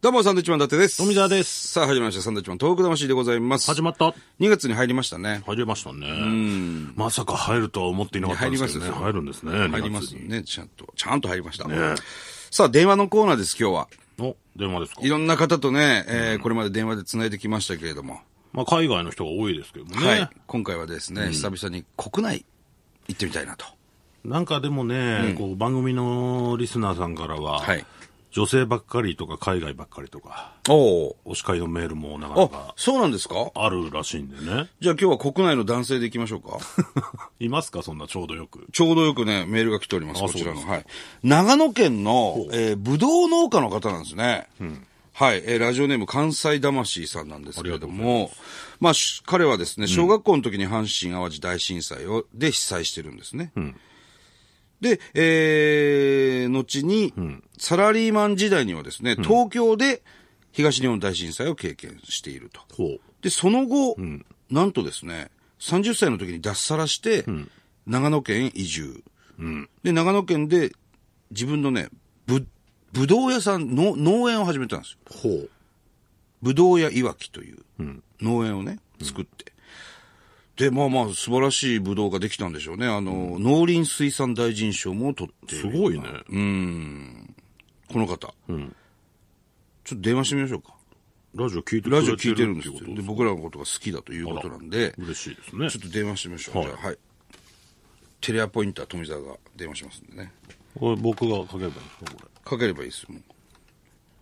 どうも、サンドイッチマン伊達です。富澤です。さあ、始まりました。サンドイッチマン東北魂でございます。始まった。 2月に入りましたね。入りましたね。まさか入るとは思っていなかったんですけどね。いや入入るんですね。入ります2ね。ちゃんと、ちゃんと入りました。さあ、電話のコーナーです、今日は。月に。お、電話ですかい。ろんな方とね、えーこれまで電話で繋いできましたけれども。まあ、海外の人が多いですけどもね。はい。今回はですね、久々に国内行ってみたいなと。なんかでもね、こう番組のリスナーさんからは、はい女性ばっかりとか海外ばっかりとか、おお叱りのメールもなかなあか、そうなんですかあるらしいんで ね。じゃあ今日は国内の男性で行きましょうか。いますかそんなちょうどよく。ちょうどよくね、メールが来ております、あこちらの。そうですはい。長野県の、えー、ぶどう農家の方なんですね。はい、えーラジオネーム関西魂さんなんですけれども、まあ、し彼はですね、小学校の時に阪神淡路大震災を、で被災してるんですね。で、えー、後に、サラリーマン時代にはですね、東京で東日本大震災を経験していると。ほう。で、その後、なんとですね、30歳の時に脱サラして、長野県移住、で、長野県で自分のね、ぶ、ぶどう屋さんの、農園を始めたんですよ。ほう。ぶどう屋いわきという農園をね、作って。で、まあまあ、素晴らしいぶどうができたんでしょうね。あの、農林水産大臣賞も取っていする。ごいね。この方。ちょっと電話してみましょうか。ラジオ聞いてくれラてジオ聞いるてるんですっよていう。で、僕らのことが好きだということなんで。嬉しいです ねちょっと電話してみましょう。はいじゃあはい。テレアポインター富澤が電話しますんでね。。これ僕がかければいいんですかこれ。かければいいですよ。もう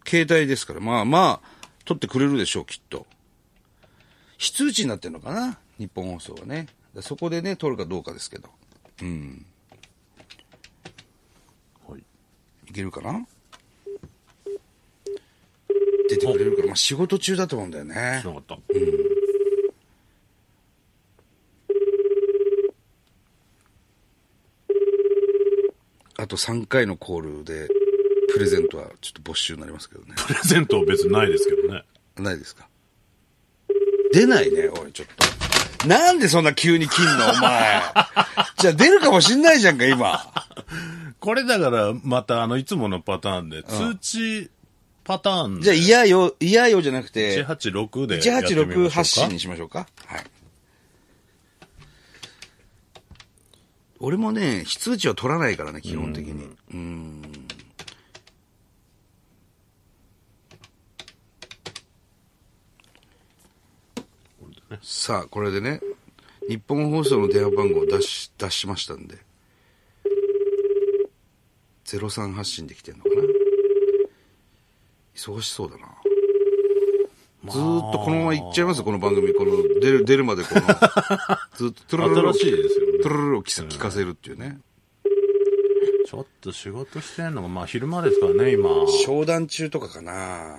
携帯ですから、まあまあ、取ってくれるでしょう、きっと。非通知になってるのかな日本放送はね。そこでね、取るかどうかですけど。はい。いけるかな出てくれるから、まあ仕事中だと思うんだよねし。なかった。あと3回のコールで、プレゼントはちょっと没収になりますけどね。プレゼントは別にないですけどね。ないですか出ないね、おい、ちょっと。なんでそんな急に切んの、お前。じゃあ出るかもしんないじゃんか、今。これだから、またあの、いつものパターンで、通知パターンじゃあで、嫌よ、嫌よじゃなくて、 186でやってみましょうか。 186発信にしましょうか。はい。俺もね、非通知は取らないからね、基本的に。うん。さあ、これでね、日本放送の電話番号を出し、出しましたんで。03発信できてんのかな忙しそうだな。ずーっとこのまま行っちゃいますこの番組。この、出る、出るまでこの、ずっとトゥルルル、新しいですよねトゥルルルを聞か聞かせるっていうね。ちょっと仕事してんのが、まあ昼間ですからね、今。商談中とかかな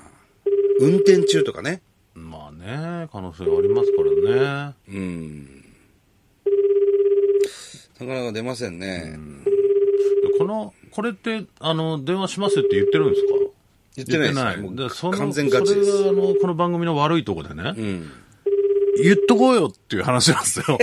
運転中とかね。まあね、可能性ありますからね。なかなか出ませんね。この、これって、あの、電話しますって言ってるんですか言ってないですもうでその完全ガチですそれが、あの、この番組の悪いとこでね。言っとこうよっていう話なんですよ。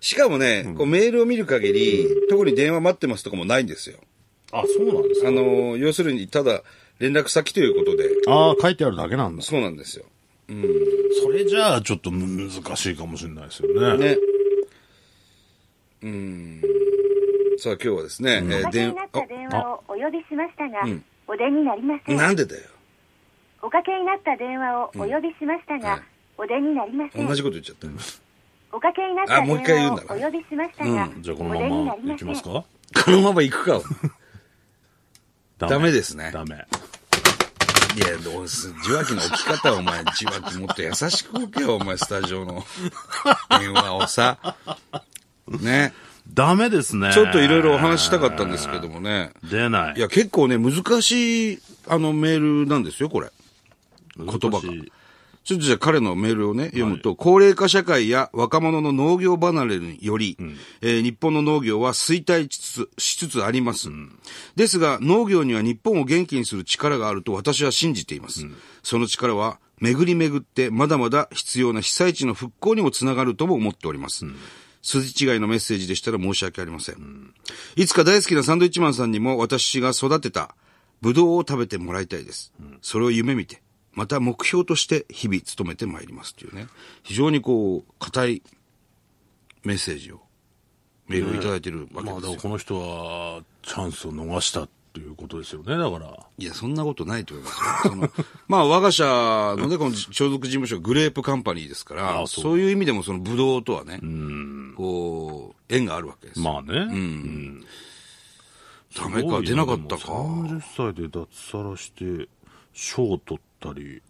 しかもね、こうメールを見る限り、特に電話待ってますとかもないんですよ。 あ、そうなんですあの、要するに、ただ、連絡先ということで、ああ、書いてあるだけなんだ。そうなんですよ。それじゃあ、ちょっと難しいかもしれないですよね。ね。うん。さあ、今日はですね、えーおかけに電なった電話をお呼びしましたが、お出になりませあ、ん。なんでだよ。おかけになった電話をお呼びしましたうんが、お出になりません。同じこと言っちゃった。おかけになったあ電もう一回言う話んをだなお呼びしましたが、じゃあ、こお出のまになりままいきせんます。かこのまま行くか、お前 ダメですねダメ。いや、どうす、受話器の置き方、お前、受話器もっと優しく置けよ、お前、スタジオの電話をさ。ね。ダメですね。ちょっといろいろお話ししたかったんですけどもね。出ない。いや、結構ね、難しい、あの、メールなんですよ、これ。言葉がちょっとじゃあ彼のメールをね、読むと、高齢化社会や若者の農業離れにより、えー日本の農業は衰退しつつしつつあります、ですが、農業には日本を元気にする力があると私は信じています。その力は、巡り巡って、まだまだ必要な被災地の復興にもつながるとも思っております。筋違いのメッセージでしたら申し訳ありません。いつか大好きなサンドイッチマンさんにも私が育てた、ぶどうを食べてもらいたいです。それを夢見て、また目標として日々努めてまいりますというね、非常にこう、固いメッセージを、メールをいただいてるわけまですあ、だかよら。この人は、チャンスを逃したっていうことですよね、だから。いや、そんなことないと思いますよ。その、 まあ、我が社のね、この所属事務所、グレープカンパニーですから、あそそうういう意味でも、その、ブドウとはね、こう、縁があるわけです。まあね。ダメか、出なかったか。 30歳で脱サラして、賞を取ったり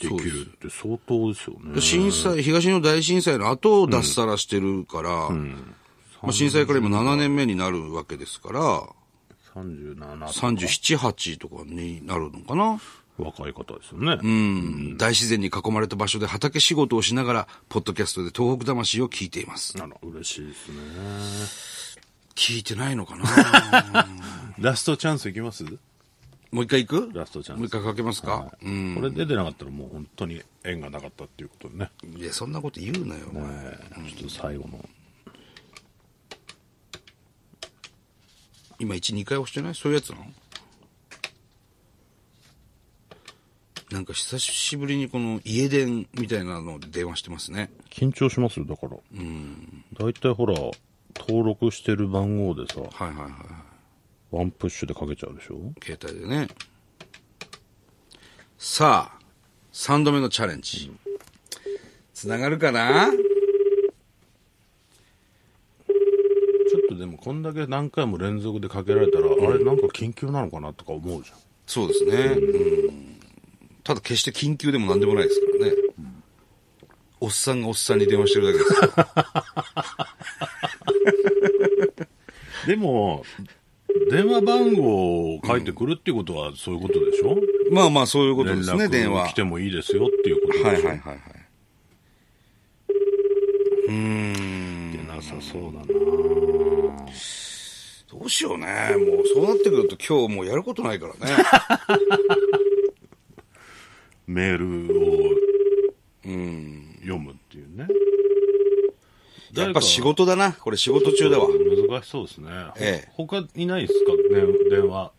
できるって相当ですよね。震災、東日本大震災の後を脱サラしてるから、まあ、震災から今7年目になるわけですから、 37歳。 37、8とかになるのかな。若い方ですよね。うん、大自然に囲まれた場所で畑仕事をしながら、ポッドキャストで東北魂を聞いています。あら、嬉しいですね。聞いてないのかなラストチャンスいきますもう一回行くラストチャンスもう一回かけますか、うん。これで出なかったらもう本当に縁がなかったっていうことでね。いや、そんなこと言うなよ、お前。えーちょっと最後の。今1、2回押してないそういうやつなのなんか久しぶりにこの家電みたいなので電話してますね。緊張しますよ、だから。大体ほら、登録してる番号でさ、はいはいはい。ワンプッシュでかけちゃうでしょ携帯でね。さあ、3度目のチャレンジ。つながるかなちょっとでもこんだけ何回も連続でかけられたら、あれなんか緊急なのかなとか思うじゃん。そうですね。うん。ただ決して緊急でも何でもないですからね。おっさんがおっさんに電話してるだけですから。でも、電話番号を書いてくるっていうことはそういうことでしょ、まあまあ、そういうことですね、連電話絡来。てもいいですよっていうことでしょ、はいはいはいはい。うーん。出なさそうだなどうしようね。もうそうなってくると今日もうやることないから ね。メールを読むっていうね。やっぱ仕事だな。これ仕事中だわ。難しそうですね。ええ他いないですか、ね、電話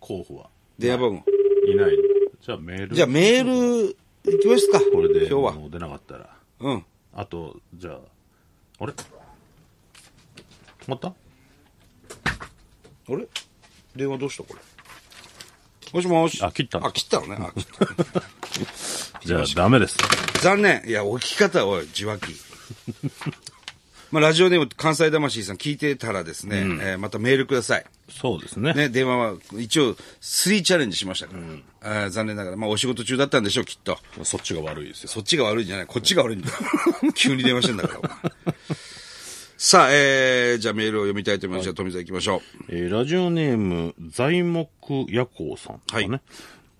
候補は。電話番号。いない。じゃあメール。じゃあメール行きますか。これで今日は。もう出なかったら。うん。あと、じゃあ、あれ止まったあれ電話どうしたこれ。もしもし。あ切ったあ、切ったのね。あ切ったじゃあダメです。残念。いや、置き方、おい、受話器。 まあ、ラジオネーム、関西魂さん聞いてたらですね、えーまたメールください。そうですね。ね、電話は一応3チャレンジしましたから、あー残念ながら、まあ、お仕事中だったんでしょう、きっと。そっちが悪いですよ。そっちが悪いんじゃない、こっちが 悪いんだよ。急に電話してんだから、お前さあ、えー、じゃあメールを読みたいと思います。じゃあ、富澤行きましょえーラジオネーム、材木夜行さん、ね。はい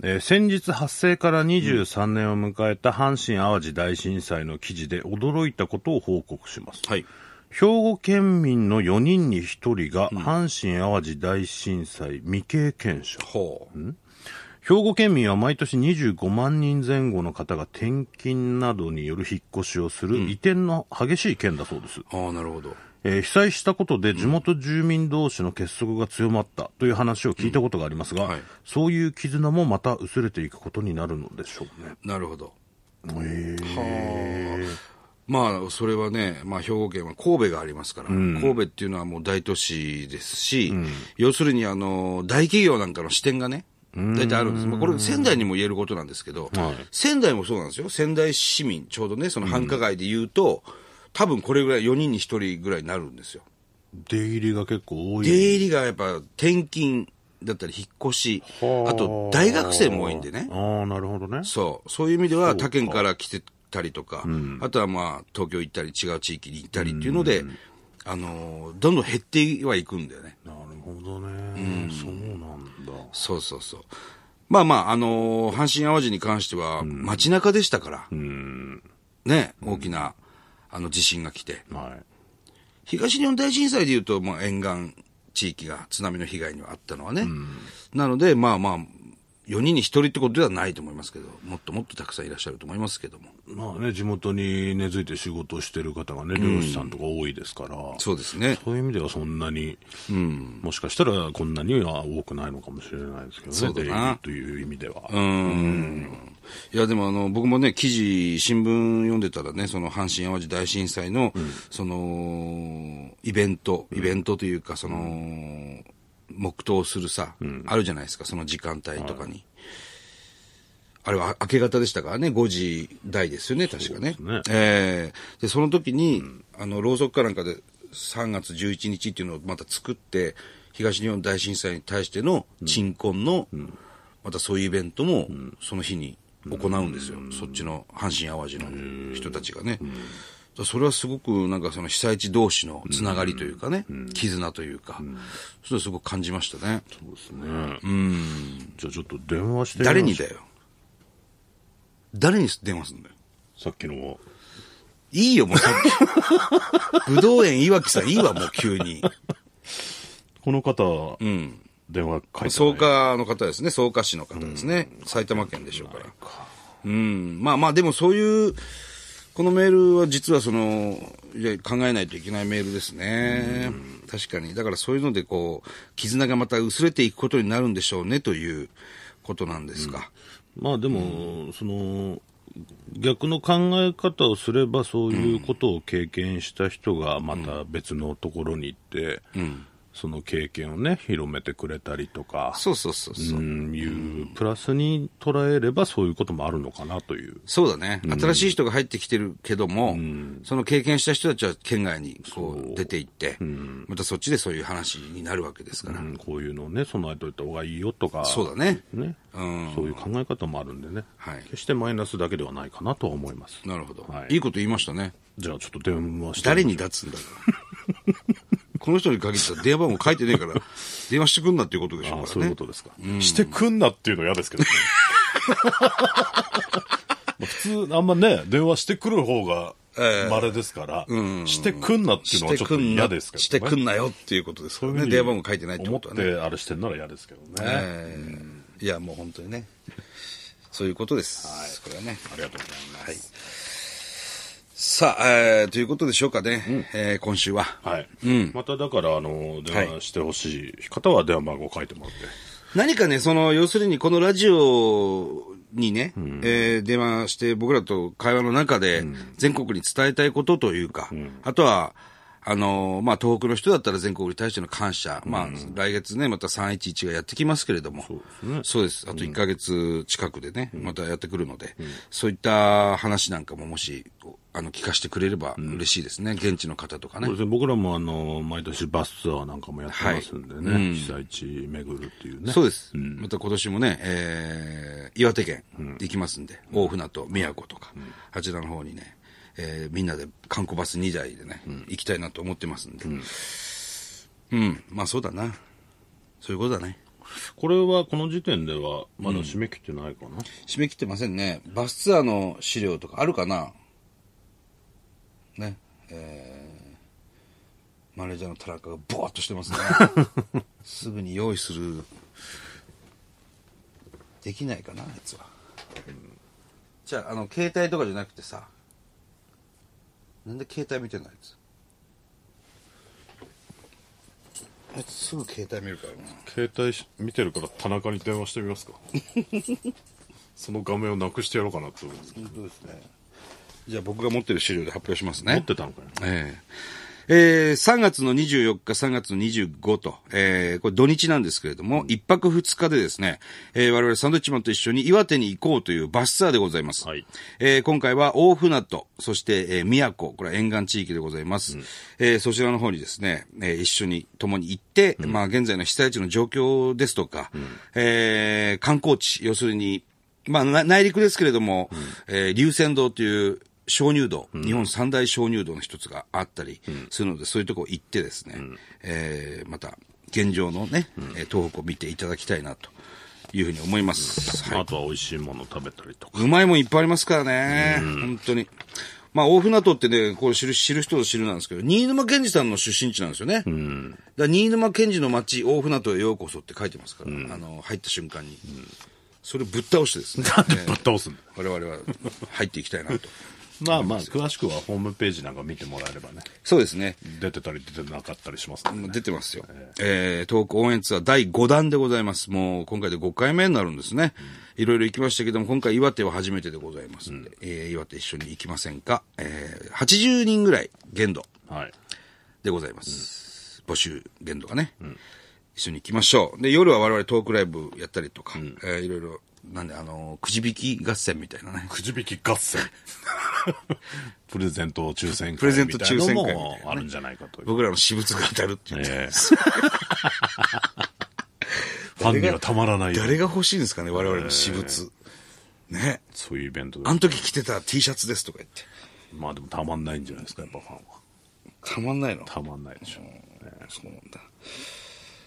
えー先日発生から23年を迎えた阪神・淡路大震災の記事で驚いたことを報告します。う。はい。兵庫県民の4人に1人が阪神・淡路大震災未経験者。ほう。兵庫県民は毎年25万人前後の方が転勤などによる引っ越しをする移転の激しい県だそうです。ああ、なるほど。えー被災したことで地元住民同士の結束が強まったという話を聞いたことがありますが、うんはいそういう絆もまた薄れていくことになるのでしょうね。なるほど。へまあ、それはね、まあ、兵庫県は神戸がありますから、神戸っていうのはもう大都市ですし、要するに、あの、大企業なんかの支店がね、大体あるんです。まあ、これ仙台にも言えることなんですけど、はい仙台もそうなんですよ。仙台市民、ちょうどね、その繁華街で言うと、多分これぐらい4人に1人ぐらいになるんですよ。出入りが結構多出い。入りがやっぱ転勤だったり引っ越し、あと大学生も多いんでね。ああ、なるほどね。そう。そういう意味では他県から来てたりとか、あとはまあ東京行ったり違う地域に行ったりっていうので、あのーどんどん減ってはいくんだよね。なるほどね。そうなんだ。そうそうそう。まあまあ、あのー阪神淡路に関しては街中でしたから、ね、大きな、あの地震が来て。はい。東日本大震災でいうと、まあ、沿岸地域が津波の被害にはあったのはね。なので、まあまあ、 4人に1人ってことではないと思いますけど、もっともっとたくさんいらっしゃると思いますけども。まあね、地元に根付いて仕事をしてる方がね、漁師さんとか多いですから、そうですね。そういう意味ではそんなに、もしかしたらこんなには多くないのかもしれないですけどね、そうだな出入りという意味では。いや、でもあの、僕もね、記事、新聞読んでたらね、その阪神淡路大震災の、その、イベント、イベントというか、その、黙祷するさ、あるじゃないですか、その時間帯とかに。あれは明け方でしたからね、5時台ですよね、確かね。そうですねええで、その時に、あの、ろうそくかなんかで3月11日っていうのをまた作って、東日本大震災に対しての鎮魂の、またそういうイベントも、その日に行うんですよ。そっちの阪神淡路の人たちがね。それはすごくなんかその被災地同士のつながりというかね、絆というか、それはすごく感じましたね。そうですね。じゃあちょっと電話してみます誰にだよ。誰に電話すんだよ。さっきの。いいよ、もうさっき。ぶどう 園岩木さん、いいわ、もう急に。この方、 うん。電話書いてな草い。加の方ですね、草加市の方ですね。埼玉県でしょうから。うん。まあまあ、でもそういう、このメールは実はその、いや考えないといけないメールですね。確かに。だからそういうので、こう、絆がまた薄れていくことになるんでしょうね、ということなんですか。まあでも、その、逆の考え方をすれば、そういうことを経験した人が、また別のところに行って、その経験をね、広めてくれたりとか、そうそうそうそう。うん、いう、プラスに捉えれば、そういうこともあるのかなという。そうだね。新しい人が入ってきてるけども、その経験した人たちは県外にこう出て行って、またそっちでそういう話になるわけですから。うんこういうのをね、備えといた方がいいよとか、そうだね。ね、うん。そういう考え方もあるんでね、はい決してマイナスだけではないかなとは思います。なるほど、はいい。いこと言いましたね。じゃあちょっと電話して。誰にだっつうんだから。 この人に限っては電話番号書いてねえから、電話してくんなっていうことでしょうからね。ああ、そういうことですか。してくんなっていうのは嫌です けどね。まあ普通、あんまね、電話してくる方がええ稀ですから、してくんなっていうのはちょっと嫌ですけどね。してくんなよっていうことですからそういうふね。うに電話番号書いてないって思こっとはね。てあれしてんなら嫌ですけどね。えーいや、もう本当にね。そういうことです。これはね。ありがとうございます。さあ、えー、ということでしょうかね。えー今週は。はい。まただから、あの、電話してほしい方は電話番号書いてもらって。何かね、その、要するにこのラジオにね、えー電話して僕らと会話の中で全国に伝えたいことというか、あとは、あのーまあ、東北の人だったら全国に対しての感謝。まあ、来月ね、また311がやってきますけれども。そうですあと1ヶ月近くでね、またやってくるので、そういった話なんかももし、あの、聞かせてくれれば嬉しいですね。現地の方とかねそう。ですね。僕らも、あの、毎年バスツアーなんかもやってますんでね、被災地巡るっていうね。そうです。また今年もね、えー、岩手県行きますんで、大船と宮古とか、あちらの方にね、えー、みんなで観光バス2台でね、行きたいなと思ってますんで。うん、まあそうだな。そういうことだね。これは、この時点では、まだ締め切ってないかな。締め切ってませんね。バスツアーの資料とかあるかなね。えー、マネージャーの田中がボーっとしてます ね。すぐに用意する。できないかな、あいつは。じゃあ、あの、携帯とかじゃなくてさ。なんで携帯見てんのあいつ。あいつすぐ携帯見るからな。携帯し見てるから田中に電話してみ ますかその画面をなくしてやろうかなと思います本当ですね。じゃあ僕が持ってる資料で発表しますね。持ってたのかよ。えええー3月の24日、3月の25と、えーこれ土日なんですけれども、一泊二日でですね、えー我々サンドイッチマンと一緒に岩手に行こうというバスツアーでございます。はいえー今回は大船渡、そして、えー宮古、これは沿岸地域でございます。えーそちらの方にですね、えー一緒に共に行って、まあ現在の被災地の状況ですとか、えー観光地、要するに、まあ、な内陸ですけれども、えー龍泉洞という鍾乳洞、日本三大鍾乳洞の一つがあったりするので、そういうとこ行ってですね、えーまた、現状のね、えー東北を見ていただきたいなというふうに思います。はいあとは美味しいもの食べたり とか。うまいもんいっぱいありますからね。本当に。まあ、大船渡ってね、これ知る、知る人ぞ知るなんですけど、新沼健治さんの出身地なんですよね。だから新沼健治の町、大船渡へようこそって書いてますから、あの、入った瞬間に。それをぶっ倒してですね、なんでぶっ倒すんだよ我々は入っていきたいなと。まあまあ、詳しくはホームページなんか見てもらえればねそうですね。出てたり出てなかったりしますからね出てますよ。えー、東北応援ツアー第5弾でございます。もう今回で5回目になるんですね。いろいろ行きましたけども、今回岩手は初めてでございますんで、えー岩手一緒に行きませんか。えー、80人ぐらい限度はいでございます。募集限度がね。一緒に行きましょう。で、夜は我々トークライブやったりとか、えーいろいろ、なんで、あのーくじ引き合戦みたいなね。くじ引き合戦 プレゼント抽選会プレゼント抽選会みみたいなたいなねのもあるんじゃないかという、僕らの私物が当たるっていう。ええファンにはたまらないよ誰が欲しいんですかね、我々の私物。ね。そういうイベントであの時着てた T シャツですとか言って。まあでもたまんないんじゃないですかやっぱファンはたまんないのたまんないでしょそうなんだ。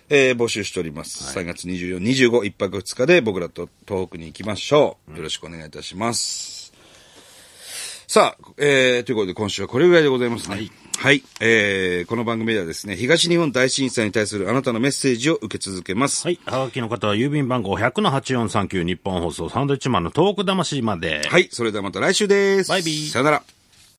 えー募集しております。3月24、25、1泊2日で僕らと東北に行きましょう。よろしくお願いいたします。さあ、えーということで今週はこれぐらいでございますね。はい。えーこの番組ではですね、東日本大震災に対するあなたのメッセージを受け続けます。はい。はがきの方は郵便番号100-8439日本放送サンドイッチマンのトーク魂まで。はい、それではまた来週です。バイビーさよなら。